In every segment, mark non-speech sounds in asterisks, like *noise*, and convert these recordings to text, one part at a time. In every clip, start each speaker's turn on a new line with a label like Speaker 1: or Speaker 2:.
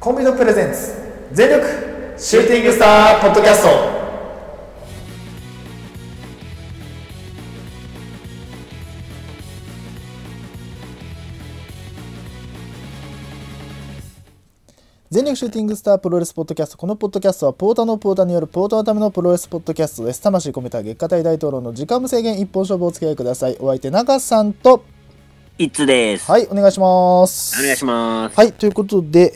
Speaker 1: コンビのプレゼンツ全力シューティングスターポッドキャスト全力シューティングスタープロレスポッドキャストこのポッドキャストはポーターのポーターによるポーターのためのプロレスポッドキャストです魂込めた月下大大統領の時間無制限一本勝負をお付き合いくださいお相手中さんと
Speaker 2: いつです。
Speaker 1: はいお願いします
Speaker 2: お願いします。
Speaker 1: はい、ということで、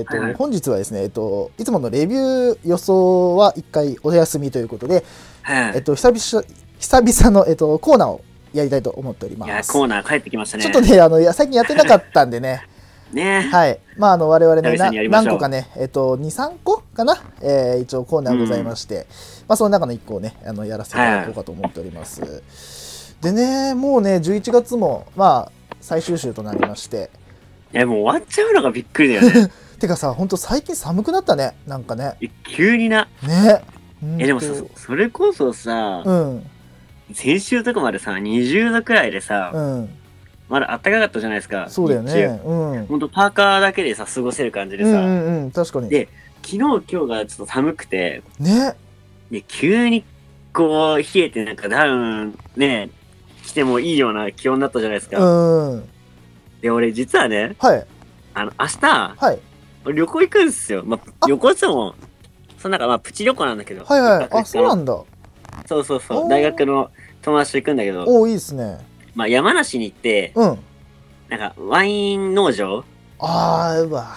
Speaker 1: えーと
Speaker 2: はいはい
Speaker 1: 本日はですね、えっと、いつものレビュー予想は1回お休みということで、
Speaker 2: はい。
Speaker 1: えっと、久々久々の、えっと、コーナーをやりたいと思っておりま
Speaker 2: いや、
Speaker 1: す。
Speaker 2: コーナー帰ってきましたね。
Speaker 1: ちょっとねあのいや、最近やってなかったんでね、
Speaker 2: ね。
Speaker 1: はい、まあ、あの我々ね、
Speaker 2: 久々
Speaker 1: な
Speaker 2: にやりまし
Speaker 1: 何
Speaker 2: ょう
Speaker 1: 個かね、えっと、2、3個かな、えー一応コーナーございまして、まあ、その中の1個をね、あのやらせていただこうかと思っております。でね、もうね、11月も、まあ、最終週となりまして、
Speaker 2: いや、もう終わっちゃうのがびっくりだよ
Speaker 1: *laughs*
Speaker 2: ね。
Speaker 1: てかさ、ほんと最近寒くなったね、なんかね。
Speaker 2: 急にな。
Speaker 1: ね
Speaker 2: え、でもさ
Speaker 1: ほんと、
Speaker 2: それこそさ、
Speaker 1: うん
Speaker 2: 先週とかまでさ、20度くらいでさ、
Speaker 1: うん
Speaker 2: まだ暖かかったじゃないですか。
Speaker 1: そうだよ
Speaker 2: 日中。
Speaker 1: ねうんうん
Speaker 2: ほんとパーカーだけでさ、過ごせる感じで
Speaker 1: う
Speaker 2: さ、
Speaker 1: んうん確かに
Speaker 2: で昨日今日がちょっと寒くて、
Speaker 1: ね
Speaker 2: ね、急にこう、冷えてなんかダウン、ね、着てもいいような気温だったじゃないです
Speaker 1: う
Speaker 2: か。
Speaker 1: んはい
Speaker 2: で、俺実はね、あの、明日、
Speaker 1: はい
Speaker 2: 旅行行くんですよ。ま
Speaker 1: あ
Speaker 2: あ、旅行って言っても、そのなんかまあプチ旅行なんだけど。
Speaker 1: はいはい
Speaker 2: 一泊
Speaker 1: あそうな
Speaker 2: の
Speaker 1: んだ
Speaker 2: そうそうそ
Speaker 1: おー
Speaker 2: う。大学の友達と行くんだけど、
Speaker 1: おおいいですね
Speaker 2: まあ山梨に行って、
Speaker 1: うん
Speaker 2: なんかワイン農場
Speaker 1: あーうわ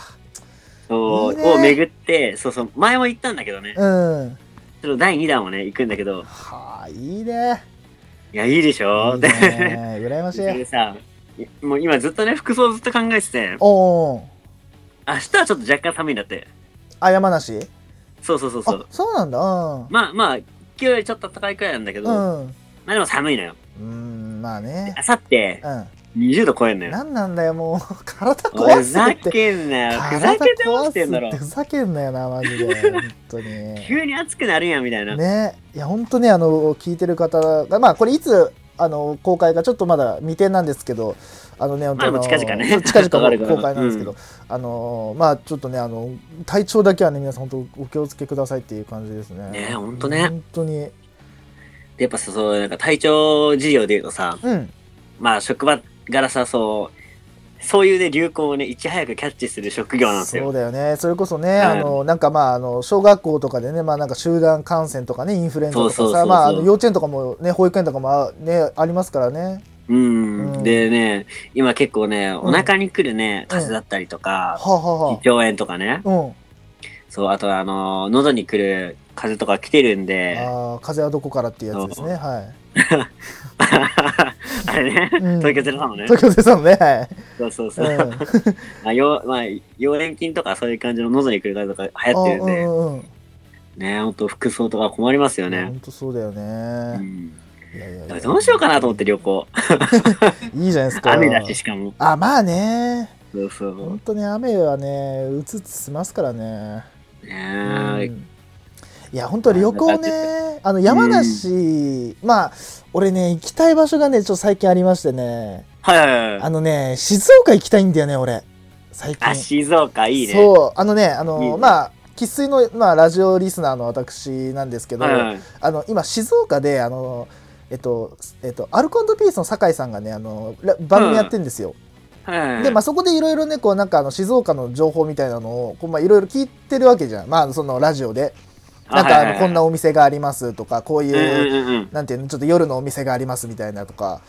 Speaker 2: を
Speaker 1: いいね
Speaker 2: を巡って、そうそう、前も行ったんだけどね。
Speaker 1: うん
Speaker 2: その第2弾もね、行くんだけど、
Speaker 1: はあいいね
Speaker 2: いや、いいでしょ
Speaker 1: いいね羨まし
Speaker 2: それ *laughs* で
Speaker 1: い
Speaker 2: さ、いもう今ずっとね、服装ずっと考えてて、
Speaker 1: おお
Speaker 2: 明日はちょっと若干寒いんだって。
Speaker 1: あ山梨
Speaker 2: そうそうそうそ
Speaker 1: あ
Speaker 2: う。
Speaker 1: そうなんだうん
Speaker 2: まあまあ、今日よりちょっと高いくらいなんだけど、ま
Speaker 1: うん
Speaker 2: あでも寒いのよ。
Speaker 1: うんまあね
Speaker 2: あさって
Speaker 1: う
Speaker 2: 20度超える
Speaker 1: ん
Speaker 2: のよ。
Speaker 1: なんなんだよもう *laughs* 体
Speaker 2: おい
Speaker 1: 壊
Speaker 2: ふ
Speaker 1: す
Speaker 2: ざ
Speaker 1: って
Speaker 2: けんなよ。ふざ
Speaker 1: 体
Speaker 2: けてましてんだ
Speaker 1: 壊
Speaker 2: ろ
Speaker 1: すって。ふざけんなよなマジで本当に
Speaker 2: 急に熱くなるやんみたいな。
Speaker 1: ねいや本当ねあの聞いてる方がまあこれいつあの公開かちょっとまだ未定なんですけどあのね本当
Speaker 2: まあもう近々ね
Speaker 1: あの近々
Speaker 2: わか *laughs* るから
Speaker 1: 公開なんですけど、
Speaker 2: う
Speaker 1: あのまあちょっとねあの体調だけはね皆さん本当お気をつけくださいっていう感じですね
Speaker 2: ねえほんとね
Speaker 1: 本当に
Speaker 2: でやっぱさそう、なんか体調事情で言うとさ、
Speaker 1: うん
Speaker 2: まあ職場柄さ、そう、そういうね、流行をね、いち早くキャッチする職業なんです
Speaker 1: そう
Speaker 2: よ。
Speaker 1: だよねそれこそね、
Speaker 2: ん
Speaker 1: あのなんかまああの小学校とかでねまあなんか集団感染とかねインフルエンザとかさ
Speaker 2: そうそうそうそう
Speaker 1: まああの幼稚園とかもね保育園とかもあねありますからね
Speaker 2: う
Speaker 1: うん
Speaker 2: ん。でね、今結構ね、
Speaker 1: ん
Speaker 2: お腹にくるね、風邪だったりと
Speaker 1: は
Speaker 2: か、
Speaker 1: あ、は
Speaker 2: 胃腸炎とかね、
Speaker 1: あはあ、うん
Speaker 2: そう、あとはあの、喉にくる風邪とか来てるんで、
Speaker 1: あー風はどこからっていうやつですね。はい。
Speaker 2: あれね、
Speaker 1: うん
Speaker 2: 東京ゼロさんもね、
Speaker 1: 東京ゼロさんの
Speaker 2: *laughs*
Speaker 1: ね、はい。
Speaker 2: そうそうそうう。
Speaker 1: ん
Speaker 2: まあ、ようまあ、溶連菌とかそういう感じの喉にくる風邪とか流行ってるんで、
Speaker 1: うんうんうん。
Speaker 2: ね、ほんと服装とか困りますよね。
Speaker 1: 本当そうだよ
Speaker 2: う
Speaker 1: ね。
Speaker 2: ん、
Speaker 1: いやいやい
Speaker 2: だから
Speaker 1: や
Speaker 2: どうしようかなと思って旅行。
Speaker 1: いいじゃないですか。
Speaker 2: 雨だししかも。
Speaker 1: あ、まあね。
Speaker 2: そうそ
Speaker 1: 本
Speaker 2: う。
Speaker 1: 当ね、雨はね、うつうつしますからね。
Speaker 2: ねえ
Speaker 1: うんいや、本当旅行ね、あの山梨、まあ、俺ね、行きたい場所がね、ちょっと最近ありましてね。
Speaker 2: はいはいは
Speaker 1: あ
Speaker 2: い。
Speaker 1: のね、静岡行きたいんだよね、俺。最近。
Speaker 2: あ、静岡いいね。う。
Speaker 1: そうあのねあの
Speaker 2: いいね
Speaker 1: まあ生粋の、まあ、ラジオリスナーの私なんですけど、
Speaker 2: はいはい、
Speaker 1: あの今静岡であのえっと、えっと、アルコピースの酒井さんがねあのラ番組やってるんですよ、
Speaker 2: はいはい。
Speaker 1: で、まあ、そこでいろいろねこうなんかあの静岡の情報みたいなのをこうまあいろいろ聞いてるわけじゃん、まあ、そのラジオでなんかあのこんな
Speaker 2: お
Speaker 1: お店がありますとかこうい
Speaker 2: うんう
Speaker 1: う、
Speaker 2: んうんうん。
Speaker 1: なんていうのちょっと夜のお店がありますみたいなとか、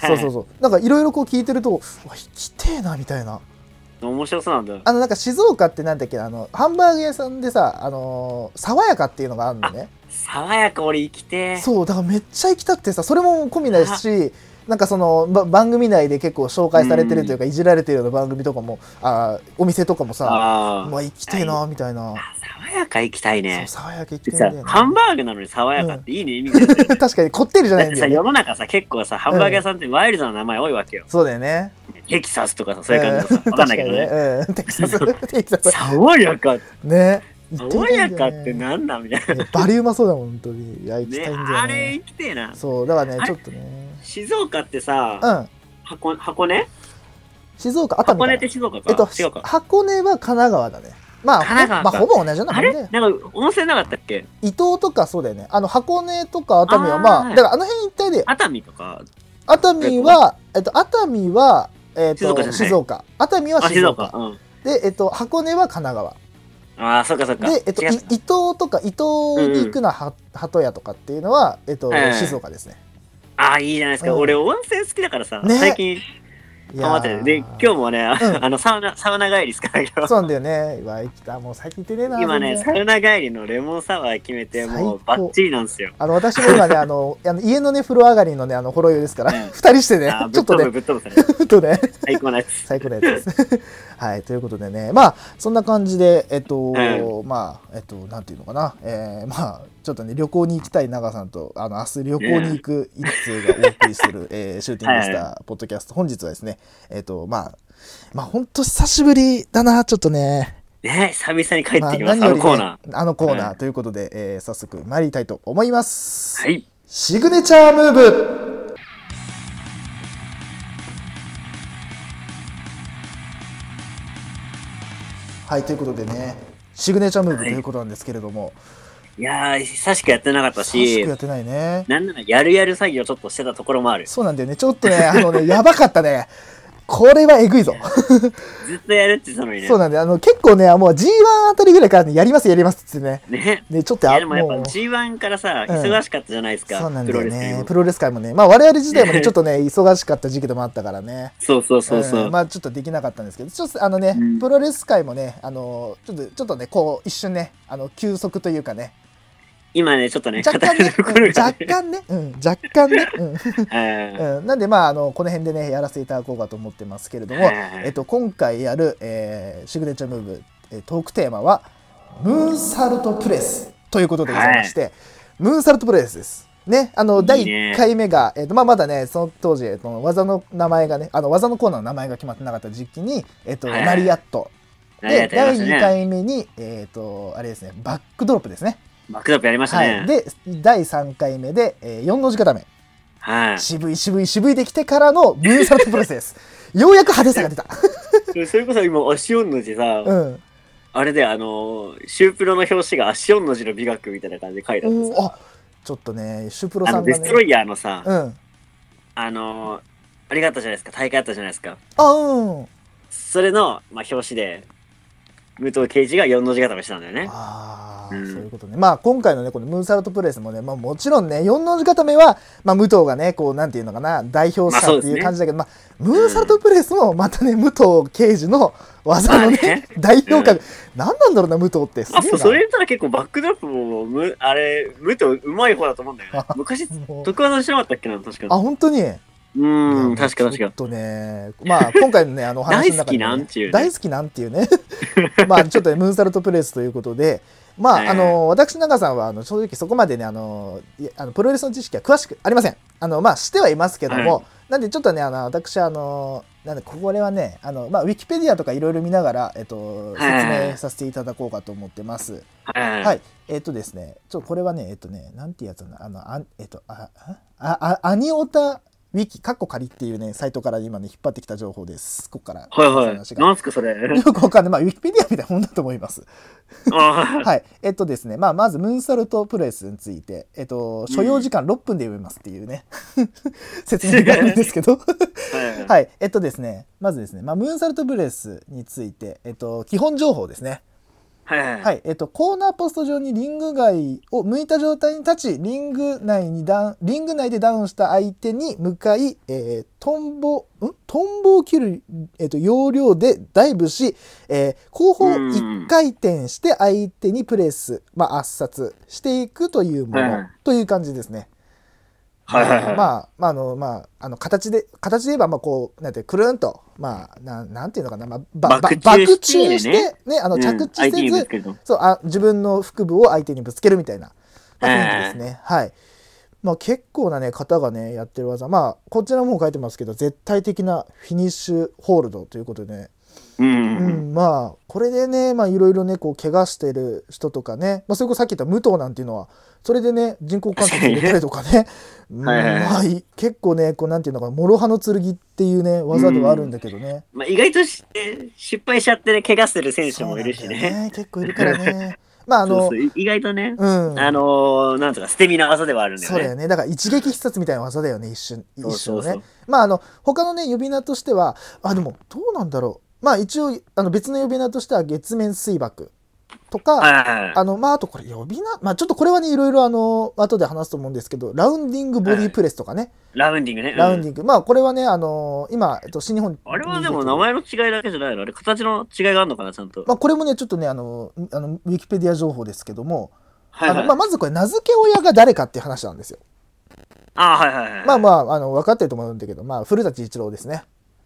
Speaker 1: そ
Speaker 2: そう
Speaker 1: そうそうなんかいろいろこう聞いてるとうわ行きてえなみたいな
Speaker 2: う。面白そうなんだ。
Speaker 1: あのなんか静岡ってなんだっけあのハンバーグ屋さんでさあのー爽やかっていうのがあるのね
Speaker 2: 爽やか俺生きて。
Speaker 1: そうだからめっちゃ行きたくてさそれも込みないしなんかそのば番組内で結構紹介されてるというかいじられてるような番組とかもあーお店とかもさ
Speaker 2: あ
Speaker 1: う
Speaker 2: ー
Speaker 1: わ行きてえなみたいな
Speaker 2: あ。爽やか行きたい
Speaker 1: そう
Speaker 2: ね。
Speaker 1: 爽やか行きてえ
Speaker 2: で
Speaker 1: んだ
Speaker 2: さ
Speaker 1: よ、ね
Speaker 2: ハンバーグなのに爽やかっていいね、意味があ
Speaker 1: *laughs*
Speaker 2: る
Speaker 1: 確かにこってりじゃ
Speaker 2: だ
Speaker 1: ない
Speaker 2: っ
Speaker 1: ん
Speaker 2: て
Speaker 1: だよ
Speaker 2: さ、世
Speaker 1: ね
Speaker 2: の中さ、結構さ、ハンバーグ屋さんってワイルドな名前多いわけよ。
Speaker 1: そうだよね
Speaker 2: テキサスとかさ、そういう感じの
Speaker 1: *laughs*
Speaker 2: さ、わかんないけどね。
Speaker 1: ねうんテキサステキサス
Speaker 2: 爽やか、
Speaker 1: ね行ってみたいんだよね
Speaker 2: 爽やかってなんだみたい
Speaker 1: ねバリうまそうだもん本当にいや行
Speaker 2: な。
Speaker 1: きた
Speaker 2: ね、
Speaker 1: いんだよね
Speaker 2: あれ行きてえな。
Speaker 1: そうだから
Speaker 2: あ
Speaker 1: ね
Speaker 2: れ
Speaker 1: ちょっとね
Speaker 2: 静岡ってさ、
Speaker 1: うん
Speaker 2: 箱箱根
Speaker 1: 静岡、熱海
Speaker 2: 箱
Speaker 1: かな
Speaker 2: 根って静岡か、
Speaker 1: えっと
Speaker 2: 違う、か。
Speaker 1: 箱根は神奈川だね。まあ、ほ
Speaker 2: 神奈川
Speaker 1: ま
Speaker 2: か
Speaker 1: あ、ほぼ同じような
Speaker 2: あ
Speaker 1: もん
Speaker 2: れ
Speaker 1: ね。
Speaker 2: なんか温泉なかったっけ
Speaker 1: 伊東とかそうだよね。あの、箱根とか熱海は、
Speaker 2: あー
Speaker 1: まあ、
Speaker 2: はい
Speaker 1: だからあの辺一帯で、
Speaker 2: 熱海とか、
Speaker 1: 熱海は、えっと、熱海は、えっ
Speaker 2: 静岡じゃ
Speaker 1: と、
Speaker 2: ない
Speaker 1: 静岡。熱海は
Speaker 2: あ、
Speaker 1: 静
Speaker 2: 静
Speaker 1: 岡
Speaker 2: 岡。。うん。
Speaker 1: で、えっと、箱根は神奈川。
Speaker 2: ああ、そっかそっか。
Speaker 1: で、えっと、い
Speaker 2: 違
Speaker 1: 伊
Speaker 2: う
Speaker 1: 東とか、伊東に行くのは、は鳩屋とかっていうのは、えっと
Speaker 2: はいは、い
Speaker 1: 静岡ですね。
Speaker 2: ああ、いいじゃないですか。
Speaker 1: うん
Speaker 2: 俺、温泉好きだからさ、
Speaker 1: ね
Speaker 2: 最近
Speaker 1: い
Speaker 2: ハマってる。で、今日もね、
Speaker 1: ん
Speaker 2: あの、サウナ、サウナ帰りですから、今
Speaker 1: そうなんだよね。うわ、行きた。もう最近行ってねえな。
Speaker 2: 今ね、
Speaker 1: 全然
Speaker 2: サウナ帰りのレモンサワー決めて、もう
Speaker 1: 最
Speaker 2: バ
Speaker 1: 高
Speaker 2: ッチリなんですよ。
Speaker 1: あの、私も今ね、あ
Speaker 2: *laughs*
Speaker 1: の、あの家のね、風呂上がりのね、あの、ほろ酔いですから、
Speaker 2: うん
Speaker 1: 二人してね
Speaker 2: あー、
Speaker 1: ち
Speaker 2: ぶ
Speaker 1: ょっと
Speaker 2: っ飛ぶ、
Speaker 1: ね、
Speaker 2: ぶっ飛ぶ、それ。
Speaker 1: ふとね、
Speaker 2: 最高なやつ。
Speaker 1: 最高のやつです。 *laughs* はい、ということでね、まあ、そんな感じで、えっと、
Speaker 2: う
Speaker 1: まあ、えっと、なんていうのかな、えー、まあ、ちょっとね、旅行に行きたい長さんと、あの、明日旅行に行く一通がお送りする、えー、シューティングし
Speaker 2: は
Speaker 1: たポッドキャスト、本日はですね、えっと、まあ、まあ、ほんと久しぶりだな、ちょっとね。
Speaker 2: ね、久々に帰
Speaker 1: ま
Speaker 2: っ
Speaker 1: あ、
Speaker 2: てきます、あのコーナ
Speaker 1: ね、あのコーナ
Speaker 2: は
Speaker 1: ーということで、えー、早速参りたいと思います。
Speaker 2: ー。はい。
Speaker 1: シグネチャームーブはいということでねシグネチャームーブ
Speaker 2: は
Speaker 1: と
Speaker 2: い
Speaker 1: いうことなんですけれども、
Speaker 2: いやー、久しくやってなかった
Speaker 1: 久し
Speaker 2: し
Speaker 1: くや、ってないね
Speaker 2: なんならやるやる作業ちょっとしてたところもある。
Speaker 1: そうなんだよねちょっとねあ
Speaker 2: *laughs*
Speaker 1: のねやばかったねこれはえぐいぞ、
Speaker 2: ずっとやるって言ってたのにね
Speaker 1: そう。なんだよあの結構ねもう G1 あたりぐらいから、ね、やりますやりますっつってね
Speaker 2: ね。
Speaker 1: ねちょっと
Speaker 2: い
Speaker 1: あ
Speaker 2: やでもやっぱ
Speaker 1: もう
Speaker 2: G1 からさ、
Speaker 1: うん
Speaker 2: 忙しかったじゃないですか、
Speaker 1: そうなん
Speaker 2: プ
Speaker 1: だ
Speaker 2: ロ
Speaker 1: よ
Speaker 2: レス界
Speaker 1: ね
Speaker 2: も
Speaker 1: プロレス界もねまあ我々自体
Speaker 2: *laughs*
Speaker 1: もねちょっとね忙しかった時期でもあったからね
Speaker 2: そうそうそうそう。
Speaker 1: んまあちょっとできなかったんですけどちょっとあのね、
Speaker 2: うん
Speaker 1: プロレス界もねあのちょっとちょっとねこう一瞬ねあの休息というかね
Speaker 2: 今ね、ちょっとね、
Speaker 1: 若干
Speaker 2: 語る
Speaker 1: ね
Speaker 2: ところが
Speaker 1: 若
Speaker 2: ね
Speaker 1: 干ね、うん、若干ね、
Speaker 2: は
Speaker 1: うんうん、なんでまああのこの辺でねやらせていただこうかと思ってますけれど
Speaker 2: い
Speaker 1: も、
Speaker 2: はい
Speaker 1: えっと、今回やる、えーシグネチャームーブ、えートークテーマはムーンサルトプレスということでございまして、ムーンサルトプレスです。ね、あの
Speaker 2: いいね
Speaker 1: 第1回目が、えっとまあ、まだねその当時、えっと、技の名前がねあの技のコーナーの名前が決まってなかった時期に、えっと
Speaker 2: はい
Speaker 1: ラリアット
Speaker 2: はいや
Speaker 1: で
Speaker 2: ってま
Speaker 1: 第
Speaker 2: した
Speaker 1: 2
Speaker 2: ね。
Speaker 1: 回目に、えっとあれですねバックドロップですね、
Speaker 2: バックドロップやりました
Speaker 1: はい、
Speaker 2: ね。
Speaker 1: で第3回目で、え4の字固め
Speaker 2: はい。
Speaker 1: 渋い渋い渋いできてからのムーンサルトプレスです *laughs* ようやく派手さが
Speaker 2: *laughs*
Speaker 1: 出た、
Speaker 2: それこそ今、足音の字さ、
Speaker 1: うん、
Speaker 2: あれで、あのー、シュープロの表紙が足音の字の美学みたいな感じで書いてあって
Speaker 1: おー
Speaker 2: さ、
Speaker 1: あちょっとねシュプロ
Speaker 2: あ
Speaker 1: さ
Speaker 2: の、
Speaker 1: ん
Speaker 2: デ
Speaker 1: が
Speaker 2: ストロ
Speaker 1: ね
Speaker 2: イヤーのさ、
Speaker 1: うん
Speaker 2: あのー、あれがあったじゃないですか、大会あったじゃないですか。
Speaker 1: あうん
Speaker 2: それの、まあ、表紙で、武藤敬司が4の字固めしたんだよね。
Speaker 1: ああ、
Speaker 2: うん
Speaker 1: そういうことねまあ今回のねこのムーンサルトプレスもね、まあ、もちろんね4の字固めは、まあ、武藤がねこうなんていうのかな代表
Speaker 2: まあそ
Speaker 1: 者
Speaker 2: う
Speaker 1: って
Speaker 2: です
Speaker 1: い
Speaker 2: ね
Speaker 1: う感じだけど、まあムーンサルトプレスもまたね武藤刑事の技のね,、
Speaker 2: まあね
Speaker 1: *laughs* 代表格、何なんだろうな武藤ってすげえ
Speaker 2: あ、
Speaker 1: な
Speaker 2: そう、それ言ったら結構バックドロップも、む、あれ、武藤うまい方だと思うんだよね。昔、
Speaker 1: もう
Speaker 2: 徳技しなかったっけな、確
Speaker 1: あ
Speaker 2: か
Speaker 1: 本当に
Speaker 2: に。うーん、確か確
Speaker 1: ちょっ
Speaker 2: か。
Speaker 1: とね、まあ今回のね、
Speaker 2: *laughs*
Speaker 1: あのお話の中で、ね、
Speaker 2: 大好きなんていうね
Speaker 1: 大好きなんていうね。 *laughs* まあちょっとね、ムーンサルトプレスということで、まあ、
Speaker 2: ええ
Speaker 1: あの、私、長さんは、あの、正直そこまでね、あの、いあのプロレスの知識は詳しくありません。あの、まあ、してはいますけども、なんでちょっとね、あの、私、あの、なんで、これはね、あの、まあ、ウィキペディアとかいろいろ見ながら、えっと、説
Speaker 2: え
Speaker 1: 明
Speaker 2: え
Speaker 1: させていただこうかと思ってます。
Speaker 2: はい
Speaker 1: はい。えっとですね、ちょっとこれはね、えっとね、なんていうやつなんだ、あの、あえっと、あ、あ、あ、あアニオタウィキ、カッコ仮っていうね、サイトから今ね、引っ張ってきた情報です。ここから。
Speaker 2: はいはい。
Speaker 1: 話が
Speaker 2: なんすか、そ
Speaker 1: *laughs*
Speaker 2: れ。
Speaker 1: よくわかんない。まあ、ウィキペディアみたいなもんだと思います。
Speaker 2: あ
Speaker 1: はい。えっとですね、まあ、まず、ムーンサルトプレスについて、えっと、所要時間6分で読めますっていうね、 *laughs* 説明があるんですけど。
Speaker 2: ーはいはい。
Speaker 1: はい。えっとですね、まずですね、まあ、ムーンサルトプレスについて、えっと、基本情報ですね。
Speaker 2: はい
Speaker 1: は
Speaker 2: はい。
Speaker 1: い、えっと、コーナーポスト上にリング外を向いた状態に立ち、リング内にダウン、リング内でダウンした相手に向かい、えートンボ、んトンボを切る、えっと、要領でダイブし、えー後方
Speaker 2: うん
Speaker 1: 1回転して相手にプレス、まあ、圧殺していくというも
Speaker 2: う
Speaker 1: の
Speaker 2: ん、
Speaker 1: という感じですね。
Speaker 2: はいはいはい。
Speaker 1: まあ、まあ、あの、まあ、あの、形で、形で言えば、まあ、こう、なんて、くるんと、まあ、なん、なんていうのかな、まあ、ばば
Speaker 2: バク宙
Speaker 1: バク
Speaker 2: して
Speaker 1: 宙
Speaker 2: ね
Speaker 1: して、ね、あの、着地せ
Speaker 2: うん相手にぶ
Speaker 1: ず
Speaker 2: つ、けると
Speaker 1: そうあ自分の腹部を相手にぶつけるみたいな、まあ、雰囲気ですね。はいまあ、結構な、ね、方が、ね、やってる技、まあ、こちらも書いてますけど絶対的なフィニッシュホールドということで、ねう
Speaker 2: う。
Speaker 1: んん、まあこれでねまあいろいろねこう怪我してる人とかね、まあ、それこそさっき言った武藤なんていうのはそれでね人工関節入れたりとかね、うん
Speaker 2: *laughs* はいはいはい
Speaker 1: まあい結構ねこうなんていうのかな諸刃の剣っていうね技ではあるんだけどね、
Speaker 2: まあ、意外とし失敗しちゃってね、怪我する選手もいるし
Speaker 1: そうなんだ
Speaker 2: ね。
Speaker 1: よ結構いるから
Speaker 2: *laughs*
Speaker 1: ねまああの
Speaker 2: そうそう意外とね、
Speaker 1: うん
Speaker 2: あのー、なんとか、捨て身な技ではあるんだよ
Speaker 1: そうだよ
Speaker 2: ね。
Speaker 1: ねだから一撃必殺みたいな技だよね一瞬一
Speaker 2: そ
Speaker 1: 瞬
Speaker 2: う
Speaker 1: ね
Speaker 2: そうそう
Speaker 1: まああの他のね呼び名としてはあでもどうなんだろうまあ一応あの別の呼び名としては月面水爆とか、
Speaker 2: はいはいはい
Speaker 1: あのまああとこれ呼び名まあちょっとこれはねいろいろあの後で話すと思うんですけどラウンディングボディープレスとかね、
Speaker 2: ラウンディングね。うん
Speaker 1: ラウンディングまあこれはねあの今、えっと、新日本
Speaker 2: あれはでも名前の違いだけじゃないのあれ、形の違いがあるのかな、ちゃんと。
Speaker 1: まあこれもねちょっとねあのあのウィキペディア情報ですけども、
Speaker 2: はいはい。
Speaker 1: あのまあ、まずこれ名付け親が誰かっていう話なんですよ
Speaker 2: あはいはいはい。
Speaker 1: まあまああの分かってると思うんだけど、まあ、古舘一郎ですね、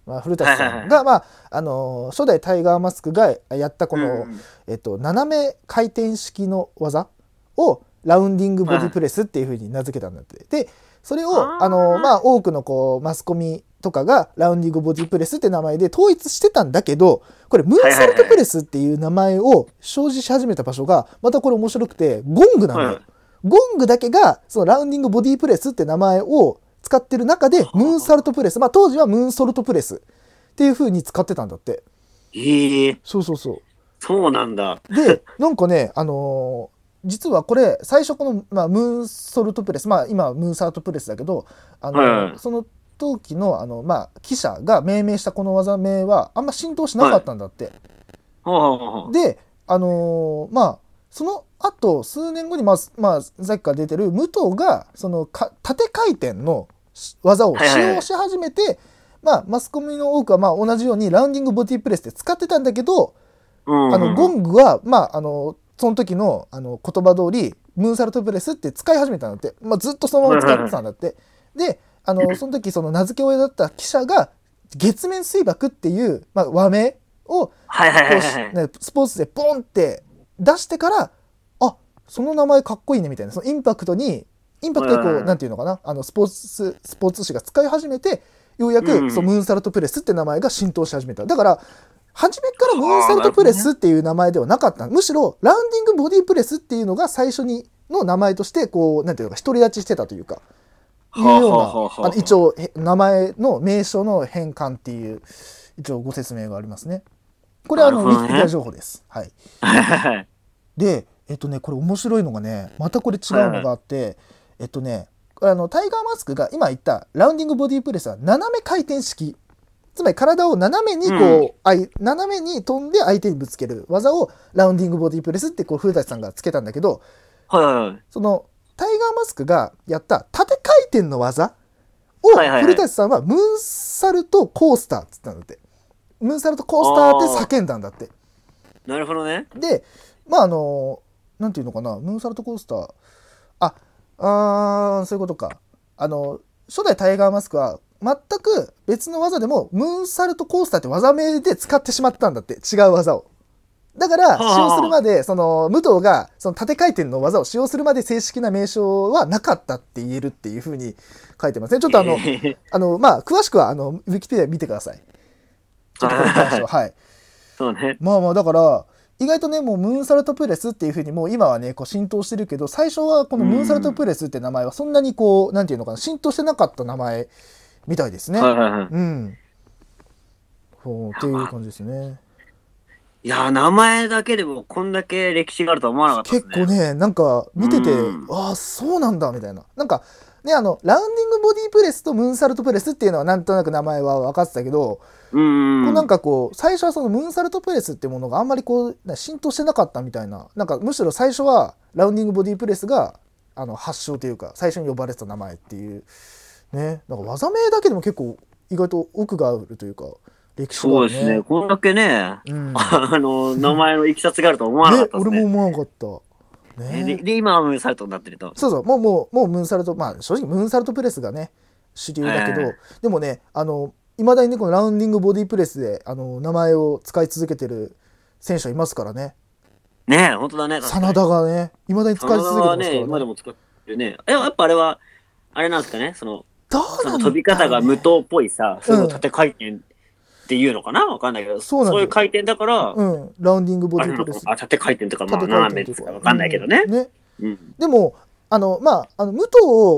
Speaker 1: まあ、古舘
Speaker 2: はいは
Speaker 1: さ
Speaker 2: いは
Speaker 1: ん
Speaker 2: い
Speaker 1: が、まあ、あの初代タイガーマスクがやったこの、
Speaker 2: うん
Speaker 1: えっと、斜め回転式の技をラウンディングボディプレスっていうふうに名付けたんだって。でそれを
Speaker 2: あー
Speaker 1: あの、まあ、多くのこうマスコミとかがラウンディングボディプレスって名前で統一してたんだけどこれムーンサルトプレスっていう名前を生じし始めた場所がまたこれ面白くてゴングなのよ。
Speaker 2: はい
Speaker 1: ゴングだけがそのラウンディングボディプレスって名前を使ってる中でムーンサルトプレス、まあ、当時はムーンソルトプレスっていうふうに使ってたんだって。
Speaker 2: ええ
Speaker 1: そうそうそう
Speaker 2: そうなんだ。 *laughs*
Speaker 1: でなんかねあのー実はこれ最初この、まあ、ムーンソルトプレスまあ今はムーンサルトプレスだけどあのー、
Speaker 2: はいはい
Speaker 1: その時のあの、まあ、記者が命名したこの技名はあんま浸透しなかったんだって。
Speaker 2: ほうほうほうほう。
Speaker 1: であのーまあその後数年後に、まあまあ、さっきから出てる武藤がそのか縦回転のし技を
Speaker 2: はい
Speaker 1: 使
Speaker 2: はいはい
Speaker 1: 用し始めて、まあ、マスコミの多くはまあ同じようにラウンディングボディープレスって使ってたんだけど、
Speaker 2: うんうん
Speaker 1: あのゴングは、まあ、あのその時のあの言葉通りムーンサルトプレスって使い始めたんだって、まあ、ずっとそのまま使ってたんだってであのその時その名付け親だった記者が月面水爆っていう、まあ、和名を
Speaker 2: はいはいはい
Speaker 1: こう
Speaker 2: はい。
Speaker 1: ねスポーツでポンって出してからあその名前かっこいいねみたいなそのインパクトにインパクトでこ
Speaker 2: うんう
Speaker 1: うんなんていうのかなあのスポーツスポーツ紙が使い始めてようや
Speaker 2: うんう
Speaker 1: く
Speaker 2: ん
Speaker 1: そのムーンサルトプレスって名前が浸透し始めただから初めからムーンサルトプレスっていう名前ではなかったむしろラウンディングボディプレスっていうのが最初にの名前としてこうなんていうのか独り立ちしてたというかいう
Speaker 2: はあ
Speaker 1: よう
Speaker 2: はあはあ
Speaker 1: なあの一応へ名前の名称の変換っていう一応ご説明がありますね。これはあの、
Speaker 2: な
Speaker 1: ウ
Speaker 2: る
Speaker 1: ィ
Speaker 2: ほど
Speaker 1: キ
Speaker 2: ね
Speaker 1: ペディア情報です。はい。
Speaker 2: はいはいはい
Speaker 1: で、えっとね、これ面白いのがね、またこれ違うのがあって、えっとね、あのタイガーマスクが今言ったラウンディングボディープレスは斜め回転式。つまり体を斜めにこう、あい斜めに飛んで相手にぶつける技をラウンディングボディープレスってこう古舘さんがつけたんだけど、
Speaker 2: はいはい。
Speaker 1: そのタイガーマスクがやった縦回転の技を
Speaker 2: はいはいはい
Speaker 1: 古舘さんはムーンサルトコースターっつったんだってムーンサルトコースターって叫んだんだって
Speaker 2: なるほどね。
Speaker 1: でまああのなんていうのかなムーンサルトコースターああーそういうことかあの初代タイガーマスクは全く別の技でもムーンサルトコースターって技名で使ってしまったんだって違う技をだから使
Speaker 2: はあ
Speaker 1: 用するまでその武藤がその縦回転の技を使用するまで正式な名称はなかったって言えるっていうふうに書いてますねちょっとあ
Speaker 2: *laughs*
Speaker 1: のあのまあ詳しくはあのウィキペディア見てくださいちょっとこれに関して
Speaker 2: *laughs*
Speaker 1: ははい
Speaker 2: そうね。
Speaker 1: まあまあだから意外とねもうムーンサルトプレスっていうふうにもう今はねこう浸透してるけど最初はこのムーンサルトプレスって名前はそんなにこうなんていうのかな浸透してなかった名前みたいですね。
Speaker 2: はいはいはい。
Speaker 1: うん。そうっていう感じですね。
Speaker 2: いやー、名前だけでもこんだけ歴史があるとは思わなかったです
Speaker 1: 結
Speaker 2: ね。
Speaker 1: 構ねなんか見てて
Speaker 2: うん
Speaker 1: ああそうなんだみたいななんかねあのラウンディングボディプレスとムーンサルトプレスっていうのはなんとなく名前は分かってたけど、
Speaker 2: うん
Speaker 1: こう
Speaker 2: う。
Speaker 1: んなんかこう最初はそのムーンサルトプレスってものがあんまりこうな浸透してなかったみたいななんかむしろ最初はラウンディングボディプレスがあの発祥というか最初に呼ばれてた名前っていうねなんか技名だけでも結構意外と奥があるというか歴史があ
Speaker 2: そう
Speaker 1: る
Speaker 2: ですね。こんだけね、
Speaker 1: うん、ね
Speaker 2: あの、名前のいきさつがあるとは思わなかったです
Speaker 1: 俺も
Speaker 2: ね。
Speaker 1: 思わなかった。
Speaker 2: え
Speaker 1: ね
Speaker 2: でで、今はムーンサルトになってると。
Speaker 1: そうそうもうもうもうムーンサルトまあ正直ムーンサルトプレスがね主流だけど、
Speaker 2: え
Speaker 1: でもねあのいまだにねこのラウンディングボディプレスであの名前を使い続けてる選手はいますからね
Speaker 2: ねえ、本当だね。確かに
Speaker 1: 真田がねいまだに使い続けて
Speaker 2: 真田
Speaker 1: ますか
Speaker 2: は
Speaker 1: ら
Speaker 2: ね、
Speaker 1: ね
Speaker 2: 今でも使ってるね。えやっぱあれは、あれなんですかね、その、
Speaker 1: どう
Speaker 2: そ
Speaker 1: なんだろう
Speaker 2: の
Speaker 1: ね
Speaker 2: 飛び方が無糖っぽいさ、その縦回転っていうのかなわかんないけど、
Speaker 1: そうなんだよ
Speaker 2: いう回転だから、
Speaker 1: うん、ラウンディングボ
Speaker 2: あ
Speaker 1: デ
Speaker 2: れ
Speaker 1: ィ
Speaker 2: な
Speaker 1: プ
Speaker 2: の
Speaker 1: レス
Speaker 2: か。あ、縦回転とか、まあ、
Speaker 1: 縦
Speaker 2: 斜
Speaker 1: 回
Speaker 2: め
Speaker 1: 転
Speaker 2: と
Speaker 1: と
Speaker 2: か
Speaker 1: か
Speaker 2: わかんないけどね。
Speaker 1: ね
Speaker 2: うん。
Speaker 1: でもあのまああの武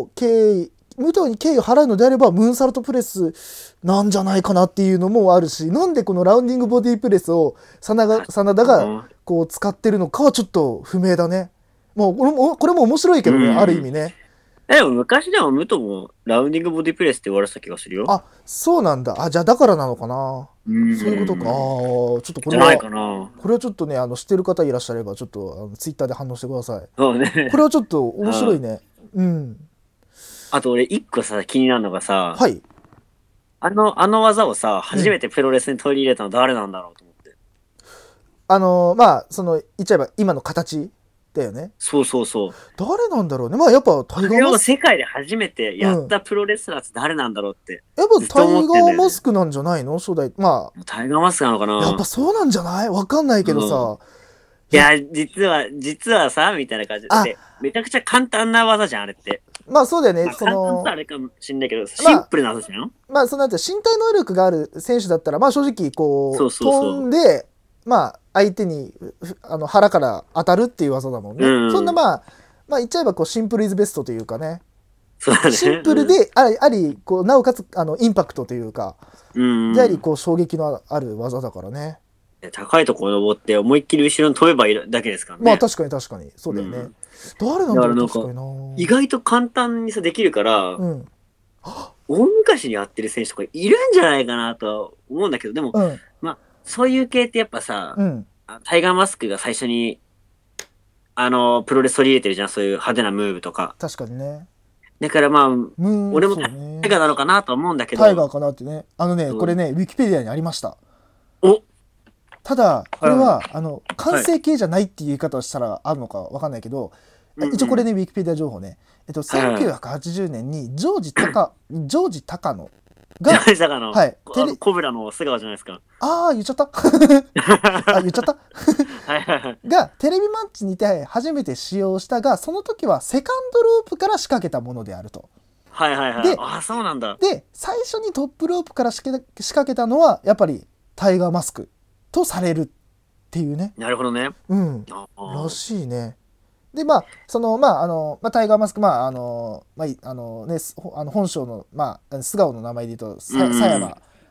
Speaker 1: 藤敬意武藤に敬意を払うのであればムーンサルトプレスなんじゃないかなっていうのもあるしなんでこのラウンディングボディプレスを真田が真田
Speaker 2: う
Speaker 1: が
Speaker 2: ん
Speaker 1: こう使ってるのかはちょっと不明だね。もうこれもこれも面白いけどね、
Speaker 2: うん
Speaker 1: ある意味ね。
Speaker 2: でも昔でも武藤もラウンディングボディプレスって言われてた気がするよ。
Speaker 1: あそうなんだ。あじゃあだからなのかな。
Speaker 2: うん
Speaker 1: そういうことか。あーちょっとこ
Speaker 2: じ
Speaker 1: れ
Speaker 2: ゃな
Speaker 1: はい
Speaker 2: かな。
Speaker 1: これはちょっとねあの知ってる方いらっしゃればちょっとあのツイッターで反応してください。
Speaker 2: そうね。 *laughs*
Speaker 1: これはちょっと面白いね。うん。
Speaker 2: あと俺一個さ、気になるのがさ、
Speaker 1: はい。
Speaker 2: あの、あの技をさ、初めてプロレスに取り入れたの誰なんだろうと思って。
Speaker 1: あのまあその言っちゃえば今の形だよね。
Speaker 2: そうそうそう。誰
Speaker 1: 誰なんだろうね。まあやっぱタイガ
Speaker 2: これ
Speaker 1: ーマ
Speaker 2: を
Speaker 1: スク
Speaker 2: 世界で初めてやったプロレスラーって誰なんだろうって。
Speaker 1: やっぱタイガーマスクなんじゃないの初代。ま
Speaker 2: タイガーマスクなのか
Speaker 1: あやっ
Speaker 2: な
Speaker 1: ぱそうなんじゃないわかんないけどさ。
Speaker 2: いや、実は、実はさ、みたいな感じで
Speaker 1: あ
Speaker 2: で。めちゃくちゃ簡単な技じゃん、あれって。
Speaker 1: まあそうだよ
Speaker 2: ま
Speaker 1: ね
Speaker 2: あ、。
Speaker 1: そ
Speaker 2: 簡単
Speaker 1: の
Speaker 2: さあれかもしんないけど、シンプルな技じゃん、
Speaker 1: まあそのなんて身体能力がある選手だったらまあ正直こう
Speaker 2: そうそうそう
Speaker 1: 飛んでまあ相手にふあの腹から当たるっていう技だもんね。
Speaker 2: うん
Speaker 1: そんなまあまあ言っちゃえばこうシンプルイズベストというかね。
Speaker 2: そうだね。
Speaker 1: シンプルでありありこうなおかつあのインパクトというか。
Speaker 2: うん、
Speaker 1: であ
Speaker 2: う
Speaker 1: り
Speaker 2: ん。
Speaker 1: こう衝撃のある技だからね。
Speaker 2: 高いところ登って、思いっきり後ろに飛べばいいだけですからね。
Speaker 1: まあ確かに確かにそうだよね。
Speaker 2: うん
Speaker 1: 誰なんだろう
Speaker 2: だからなんか
Speaker 1: 確かにな。
Speaker 2: 意外と簡単にさ、できるから、
Speaker 1: うん
Speaker 2: 大昔にやってる選手とかいるんじゃないかなとは思うんだけど、でも、
Speaker 1: うん
Speaker 2: そういう系ってやっぱさ、
Speaker 1: うん
Speaker 2: あタイガーマスクが最初に、あの、プロレス取り入れてるじゃん、そういう派手なムーブとか。
Speaker 1: 確かにね。
Speaker 2: だからまあ、
Speaker 1: ムーン
Speaker 2: 俺も
Speaker 1: そうね
Speaker 2: タイガーなのかなとは思うんだけど、
Speaker 1: タイガーかなってね。あのね
Speaker 2: うん
Speaker 1: これねウィキペディアにありました。
Speaker 2: お
Speaker 1: ただこれ
Speaker 2: は
Speaker 1: はあの完成形じゃないっていう言い方をしたらあるのかわかんないけど、
Speaker 2: うんうん
Speaker 1: 一応これねウィキペディア情報ね。えっと
Speaker 2: はいはい
Speaker 1: 1980年にジョージタ
Speaker 2: *clears throat*
Speaker 1: カジョージ高野
Speaker 2: ジ
Speaker 1: が
Speaker 2: *laughs* ャニーズだからの、
Speaker 1: はい
Speaker 2: こ
Speaker 1: テレ
Speaker 2: あのコブラの素顔じゃないですか。
Speaker 1: ああ言っちゃった
Speaker 2: *laughs*
Speaker 1: あ言っちゃった
Speaker 2: はいはいはい。
Speaker 1: がテレビマッチにて初めて使用したがその時はセカンドロープから仕掛けたものであると
Speaker 2: はいはいは
Speaker 1: で
Speaker 2: い。あ、そうなんだ。
Speaker 1: で最初にトップロープから仕掛け仕掛けたのはやっぱりタイガーマスクとされるっていうね
Speaker 2: なるほどね。
Speaker 1: うん
Speaker 2: あー
Speaker 1: らしいねでまあそのまああの、まあ、タイガーマスクまああの,、まあい、あのねすほあの本省のまあ素顔の名前で言うとさ
Speaker 2: うん
Speaker 1: 佐山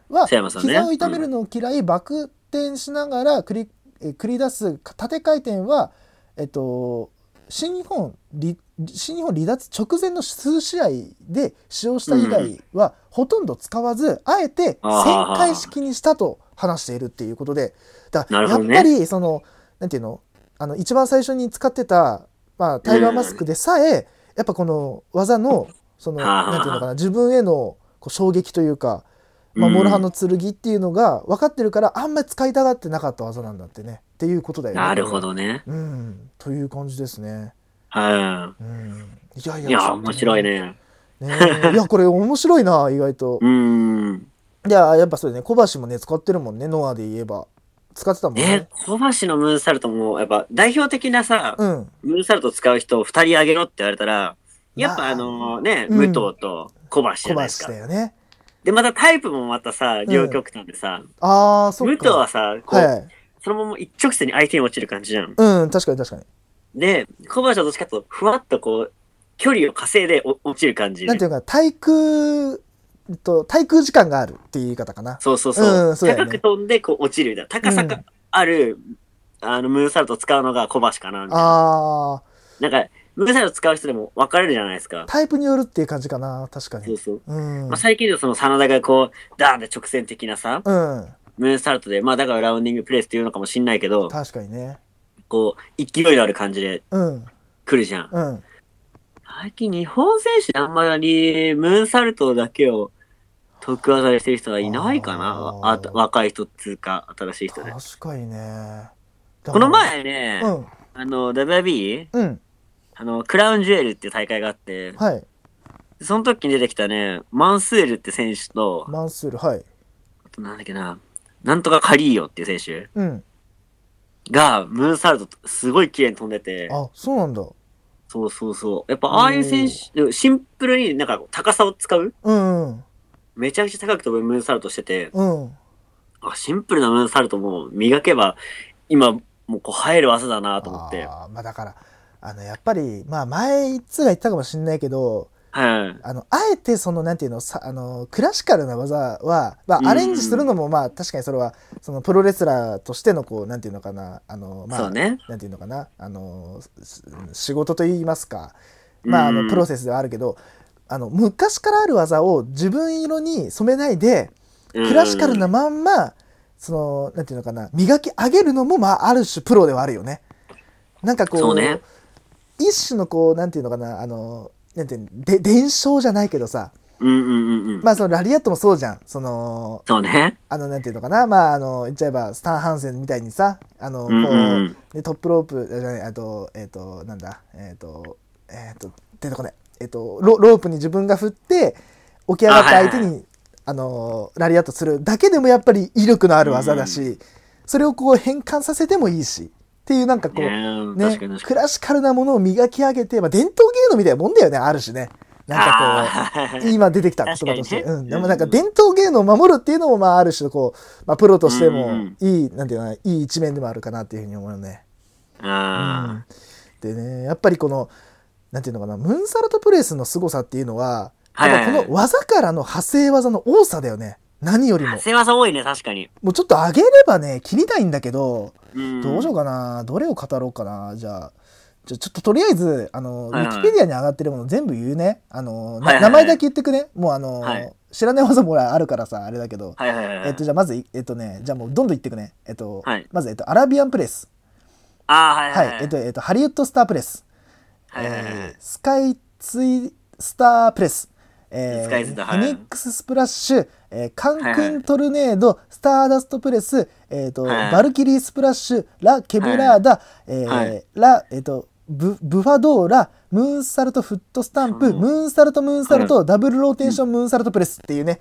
Speaker 1: は
Speaker 2: 佐山さんね
Speaker 1: 膝を痛めるのを嫌いバク転しながら繰りえ繰り出す縦回転はえっと新日本離新日本離脱直前の数試合で使用した以外はほとんど使わず、あえて旋回式にしたと話しているっていうことでだか
Speaker 2: な
Speaker 1: ら
Speaker 2: る
Speaker 1: や
Speaker 2: ほ
Speaker 1: っ
Speaker 2: どね
Speaker 1: ぱりそのなんていうのあの一番最初に使ってた、まあ、タイガーマスクでさえ、やっぱこの技のその
Speaker 2: はあはあ
Speaker 1: なんていうのかな自分へのこう衝撃というか、まあ、
Speaker 2: うん
Speaker 1: モルハンの剣っていうのが分かってるからあんまり使いたがってなかった技なんだってねっていうことだよね。
Speaker 2: なるほ。どね。
Speaker 1: うん、という感じですね。
Speaker 2: は
Speaker 1: うん、いやい
Speaker 2: い。
Speaker 1: や
Speaker 2: いや、面白い。ね。
Speaker 1: ねえいやこれ面白いな意外と
Speaker 2: う。ーん。
Speaker 1: いややっぱそうだね小橋もね使ってるもんねノアで言えば使ってたもん
Speaker 2: ね
Speaker 1: ね。、
Speaker 2: 小橋のムーンサルトも、やっぱ代表的なさ、
Speaker 1: うん、
Speaker 2: ムーンサルト使う人を二人あげろって言われたら、やっ
Speaker 1: まあ
Speaker 2: ぱあのね、
Speaker 1: うん
Speaker 2: 武藤と小橋じ
Speaker 1: 小
Speaker 2: ゃないです
Speaker 1: 橋
Speaker 2: か
Speaker 1: だ。よね。
Speaker 2: で、またタイプもまたさ、両極端でさ、
Speaker 1: ああそ
Speaker 2: 武
Speaker 1: っ
Speaker 2: 藤は
Speaker 1: か。
Speaker 2: さ、こう、
Speaker 1: はい。
Speaker 2: そのまま一直線に相手に落ちる感じじゃん。
Speaker 1: うん確かに確かに。
Speaker 2: で、小橋はどっちかというと、ふわっとこう、距離を稼いでお落ちる感じ。
Speaker 1: なんていうか対空と対空時間があるっていう言い方かな。
Speaker 2: そうそうそう。
Speaker 1: うんそうだよね
Speaker 2: 高く飛んで、こう、落ちるみたいな。高さ
Speaker 1: う
Speaker 2: がある、あの、ムーンサルト使うのが小橋かな、みたいな。
Speaker 1: ああ
Speaker 2: なんか、ムーンサルト使う人でも分かれるじゃないですか。
Speaker 1: タイプによるっていう感じかな確か
Speaker 2: そ
Speaker 1: に
Speaker 2: う。そう。
Speaker 1: うん。う
Speaker 2: まあ、最近ではその、真田がこう、ダーンで直線的なさ、
Speaker 1: ん
Speaker 2: ムーンサルトで、まあ、だからラウンディングプレイスっていうのかもしんないけど、
Speaker 1: 確かにね。
Speaker 2: こう、勢いのある感じで
Speaker 1: うん
Speaker 2: 来るじゃん。
Speaker 1: うん。
Speaker 2: 最近日本選手であんまりムーンサルトだけを得技にしてる人はいないかな
Speaker 1: あー
Speaker 2: あと若い人っつうか新しい人で
Speaker 1: 確かにね。
Speaker 2: この前ね、
Speaker 1: うん
Speaker 2: あの WWE
Speaker 1: うん
Speaker 2: あのクラウンジュエルっていう大会があって
Speaker 1: はい
Speaker 2: その時に出てきたねマンスールって選手と
Speaker 1: マンスールはい
Speaker 2: あとなんだっけななんとかカリーヨっていう選
Speaker 1: うん
Speaker 2: 手がムーンサルトすごい綺麗に飛んでて
Speaker 1: あそうなんだ。
Speaker 2: そうそうそうやっぱああいう選手シンプルになんか高さを使う
Speaker 1: うんうん
Speaker 2: めちゃくちゃ高く飛ぶムーンサルトしてて
Speaker 1: うん
Speaker 2: あシンプルなムーンサルトも磨けば、今、もうこう、映える技だなと思って。
Speaker 1: あーまあだから、あの、やっぱり、まあ前、いつが言ったかもしれないけど、
Speaker 2: はい。
Speaker 1: あの、あえてその、なんていうの、さあの、クラシカルな技は、ま
Speaker 2: うん
Speaker 1: あアレンジするのも、まあ確かにそれは、そのプロレスラーとしての、こう、なんていうのかな、あの、ま
Speaker 2: そ
Speaker 1: あ、
Speaker 2: うね。
Speaker 1: なんていうのかな、あの、す仕事といいますか、まあ、あ
Speaker 2: うん
Speaker 1: のプロセスではあるけど、あの昔からある技を自分色に染めないでクラシカルな
Speaker 2: うん
Speaker 1: まんま、そのなんていうのかな磨き上げるのも、まあ、ある種プロではあるよね。なんかこう
Speaker 2: そうね
Speaker 1: 一種のこうなんていうのかなあのなんていうので伝承じゃないけどさ
Speaker 2: うんうんうんうん。
Speaker 1: まあそのラリアットもそうじゃんその
Speaker 2: そうね。
Speaker 1: あのなんていうのかなまああの言っちゃえばスタン・ハンセンみたいにさあのこう、
Speaker 2: うんうん
Speaker 1: でトップロープあじゃないあとえっ、となんだえっ、とえっ、と出てこないえっ、とロロープに自分が振って起き上がった相手に
Speaker 2: あ
Speaker 1: あ、
Speaker 2: はい
Speaker 1: のラリアットするだけでもやっぱり威力のある技だし、それをこう変換させてもいいしっていうなんかこう、
Speaker 2: うん。ね
Speaker 1: ね
Speaker 2: 確かに確か
Speaker 1: クラシカルなものを磨き上げて、まあ、伝統芸能みたいなもんだよねあるしね
Speaker 2: に。
Speaker 1: なんかこう。
Speaker 2: *laughs* か
Speaker 1: 今出てきた言葉として、
Speaker 2: 確かに
Speaker 1: う
Speaker 2: ね
Speaker 1: ん、でもなんか伝統芸能を守るっていうのもまあある種こう、まあ、プロとして
Speaker 2: う
Speaker 1: も
Speaker 2: ん
Speaker 1: いい、なんていうのかないい一面でもあるかなっていうふうに思うよね。 *laughs*
Speaker 2: あ
Speaker 1: でねやっぱりこのなんていうのかなムーンサルトプレスの凄さっていうのは、
Speaker 2: はいはいはい
Speaker 1: やっぱこの技からの派生技の多さだよね何より
Speaker 2: あ。
Speaker 1: も
Speaker 2: 汗技多いね、確かに。
Speaker 1: もうちょっと上げればね切りたいんだけど
Speaker 2: うん
Speaker 1: どうしようかなどれを語ろうかなじゃあ。じゃあちょっととりあえずあの、
Speaker 2: はいはい
Speaker 1: ウィキペディアに上がってるもの全部言うねあの、な
Speaker 2: はいはいはい
Speaker 1: 名前だけ言ってくねもうあの、
Speaker 2: はい
Speaker 1: 知らない技もほらあるからさあれだけど、
Speaker 2: はいはいはいはい。
Speaker 1: えっと、じゃあまずい、えっとね、じゃあもうどんどん言っていくね。えっと、
Speaker 2: はい
Speaker 1: まず、えっと、アラビアンプレス。
Speaker 2: ああ、はい
Speaker 1: は、
Speaker 2: はいいはい。
Speaker 1: えっと、えっと、ハリウッドスタープレス。
Speaker 2: はいはいはいは
Speaker 1: えー
Speaker 2: い。
Speaker 1: スカイツイスタープレス。えー
Speaker 2: スカイツイスターは
Speaker 1: フ
Speaker 2: い
Speaker 1: ェニックススプラッシュ、えーカン
Speaker 2: は
Speaker 1: ク
Speaker 2: いは
Speaker 1: ン
Speaker 2: い
Speaker 1: トルネード、スターダストプレス、えーと
Speaker 2: はいはい
Speaker 1: バルキリースプラッシュ、ラ・ケブラーダ、えー
Speaker 2: はい
Speaker 1: ラえーとブブファドーラ、ムーンサルトフットスタン
Speaker 2: う
Speaker 1: プ、
Speaker 2: ん
Speaker 1: ムーンサルト、ムーンサルト、ダブルローテーション、ムーンサルトプレスっていうね、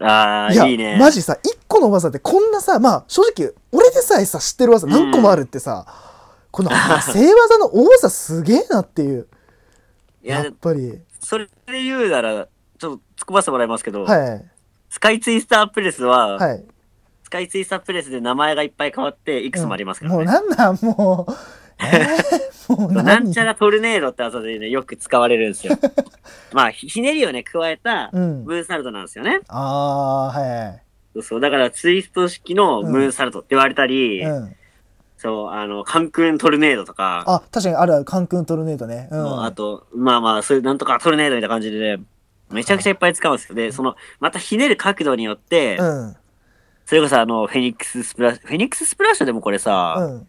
Speaker 2: あ
Speaker 1: い
Speaker 2: あ、
Speaker 1: や
Speaker 2: いいね。
Speaker 1: マジさ1個の技でこんなさまあ正直俺でさえさ知ってる技何個もあるってさ、こ
Speaker 2: *laughs*
Speaker 1: の正技の多さすげえなっていう
Speaker 2: い
Speaker 1: や
Speaker 2: や
Speaker 1: っ、ぱり
Speaker 2: それで言うなら、ちょっと突っ込ませてもらいますけど、
Speaker 1: はい
Speaker 2: スカイツイスタープレスは、
Speaker 1: はい
Speaker 2: スカイツイスタープレスで名前がいっぱい変わって、いくつもありますから
Speaker 1: もう
Speaker 2: ね。
Speaker 1: なんなんもう
Speaker 2: *laughs*
Speaker 1: えー、もう何
Speaker 2: なんちゃらトルネードって技でね、よく使われる
Speaker 1: *laughs*
Speaker 2: んですよ。まあ、ひひねりをね、加えた、
Speaker 1: う
Speaker 2: ム
Speaker 1: ん
Speaker 2: ーンサルトなんですよね。
Speaker 1: ああーは
Speaker 2: そうそう。だから、ツイスト式のムーンサルトって言われた
Speaker 1: い、
Speaker 2: り、
Speaker 1: うん、
Speaker 2: そう、あの、カンクントルネードとか、
Speaker 1: あ確かにあるあるカンクントルネードねう
Speaker 2: そうんあと、まあまあ、そういうなんとかトルネードみたいな感じで、ね、めちゃくちゃいっぱい使うんですけど、で、その、またひねる角度によって、
Speaker 1: うん
Speaker 2: それこそあの、フェニックススプラッシュ、フェニックススプラッシュでもこれさ、
Speaker 1: うん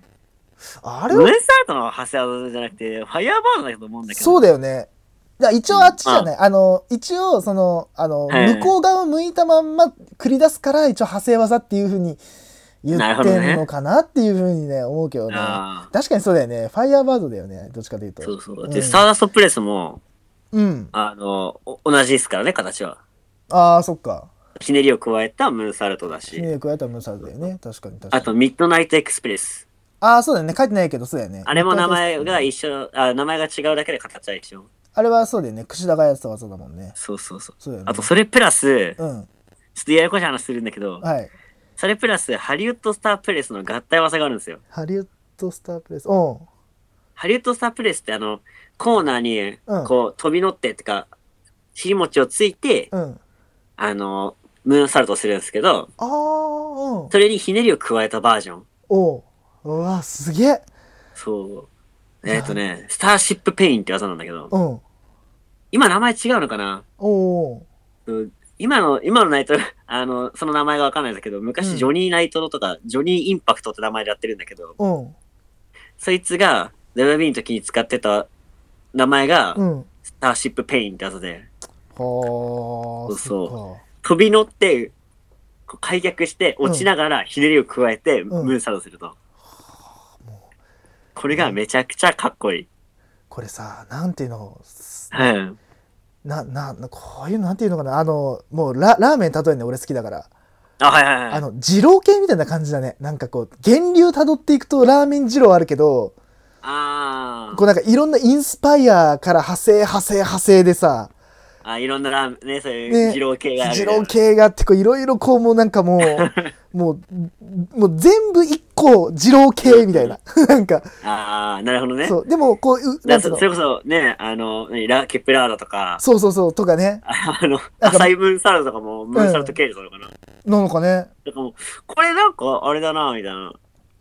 Speaker 1: あ
Speaker 2: あ
Speaker 1: れ
Speaker 2: ムー
Speaker 1: は
Speaker 2: ンサルトの派生技じゃなくて、ファイアーバードだと思うんだけど。
Speaker 1: そう
Speaker 2: だ
Speaker 1: だよねだから一応あっちじゃない、あの一応そのあの、
Speaker 2: はい
Speaker 1: 向こう側を向いたまんま繰り出すから一応派生技っていうふうに言
Speaker 2: なる
Speaker 1: っ
Speaker 2: ほど
Speaker 1: てん
Speaker 2: ね
Speaker 1: のかなっていうふうにね思うけどね
Speaker 2: あ
Speaker 1: 確かにそうだよねファイヤーバードだよねどっちかというと
Speaker 2: そうそう。
Speaker 1: ん
Speaker 2: で、スターダストプレスも、
Speaker 1: うん
Speaker 2: あの、お同じですからね、形は。
Speaker 1: ああそっか
Speaker 2: ひねりを加えたムーンサルトだし
Speaker 1: 新、薬やったらムーサルだよね確かに確か
Speaker 2: あ
Speaker 1: に
Speaker 2: と、ミッドナイトエクスプレス。
Speaker 1: ああそうだよね書いてないけどそうだよね
Speaker 2: あれも名前が一緒、あ名前が違うだけで形は一緒。
Speaker 1: あれはそうだよね櫛田がやってた技だもんね
Speaker 2: そうそうそう。
Speaker 1: そうだよね
Speaker 2: あと、それプラス、ちょ
Speaker 1: うん
Speaker 2: っとややこしい話するんだけど、
Speaker 1: はい
Speaker 2: それプラス、ハリウッドスタープレスの合体技があるんですよ。
Speaker 1: ハリウッドスタープレスうん
Speaker 2: ハリウッドスタープレスってあの、コーナーに
Speaker 1: うん、
Speaker 2: こう、飛び乗ってってか、尻餅をついて、
Speaker 1: うん
Speaker 2: あの、ムーンサルトするんですけど、
Speaker 1: ああうん
Speaker 2: それにひねりを加えたバージョン。
Speaker 1: おううわすげえ
Speaker 2: そう。えっ、とね、スターシップペインって技なんだけど、
Speaker 1: うん
Speaker 2: 今名前違うのかな
Speaker 1: おう
Speaker 2: うん今の、今のナイト、 *laughs* あの、その名前がわかんないんだけど、
Speaker 1: うん
Speaker 2: 昔ジョニーナイトロとか、ジョニーインパクトって名前でやってるんだけど、
Speaker 1: うん
Speaker 2: そいつが、WB の時に使ってた名前が
Speaker 1: う、ん
Speaker 2: スターシップペインって技で、
Speaker 1: はあ
Speaker 2: そうそう飛び乗って、こう開脚して、落ちながらひねりを加えて、
Speaker 1: うん
Speaker 2: ムーンサルトすると。これがめちゃくちゃかっこいい。
Speaker 1: これさなんていうのす
Speaker 2: うん。
Speaker 1: なななこういうのなんていうのかなあのもうララーメン例えるの俺好きだから
Speaker 2: あ、はいはいは
Speaker 1: あ
Speaker 2: い。
Speaker 1: の二郎系みたいな感じだねなんかこう源流たどっていくとラーメン二郎あるけど
Speaker 2: あ
Speaker 1: こうなんかいろんなインスパイアから派生派生派生でさ
Speaker 2: あ、いろんなラーメンね、そうい
Speaker 1: ね
Speaker 2: う二郎系がある。
Speaker 1: 二郎系があってこういろいろこうもうなんかも
Speaker 2: *laughs*
Speaker 1: うもうもう全部一個二郎系みたいな *laughs* なんか、
Speaker 2: ああ、なるほどね。
Speaker 1: そうでもこううな
Speaker 2: だ
Speaker 1: んつう
Speaker 2: そ
Speaker 1: の
Speaker 2: それこそね、あの、何ラケプラーダとか、 *laughs*
Speaker 1: そうそうそうとかね
Speaker 2: あ
Speaker 1: な
Speaker 2: の、
Speaker 1: んか
Speaker 2: 浅いムーンサルトとかも、ムーンサルト系列なのかな。
Speaker 1: なのかね
Speaker 2: だからもう、これなんか、あれだな、みたいな。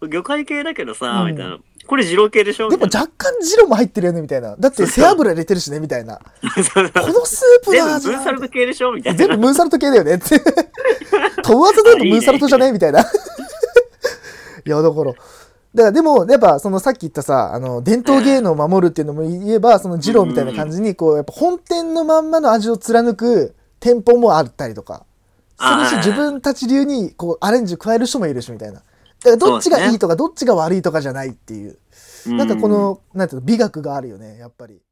Speaker 2: 魚介系だけどさ、
Speaker 1: うん
Speaker 2: みたいな。これ二郎系でしょ
Speaker 1: でも
Speaker 2: みたい
Speaker 1: 若干二郎も入ってるよねみたいなだって背脂入れてるしねみたいな
Speaker 2: な *laughs* そうそう
Speaker 1: このスープ
Speaker 2: 全部ム
Speaker 1: の味
Speaker 2: ーンサルト系でしょみたい
Speaker 1: 全部
Speaker 2: な。
Speaker 1: ムーンサルト系だよねって
Speaker 2: *laughs*
Speaker 1: 問わず全部ムーンサルトじゃねみたいないやだからだからでもやっぱそのさっき言ったさあの伝統芸能を守るっていうのも言えばその二郎みたいな感じにこうやっぱ本店のまんまの味を貫く店舗もあったりとかするし
Speaker 2: あー
Speaker 1: 自分たち流にこうアレンジ加える人もいるしみたいなだからどっちがいいとかどっちが悪いとかじゃないっていうなんかこのなんていうの美学があるよねやっぱり。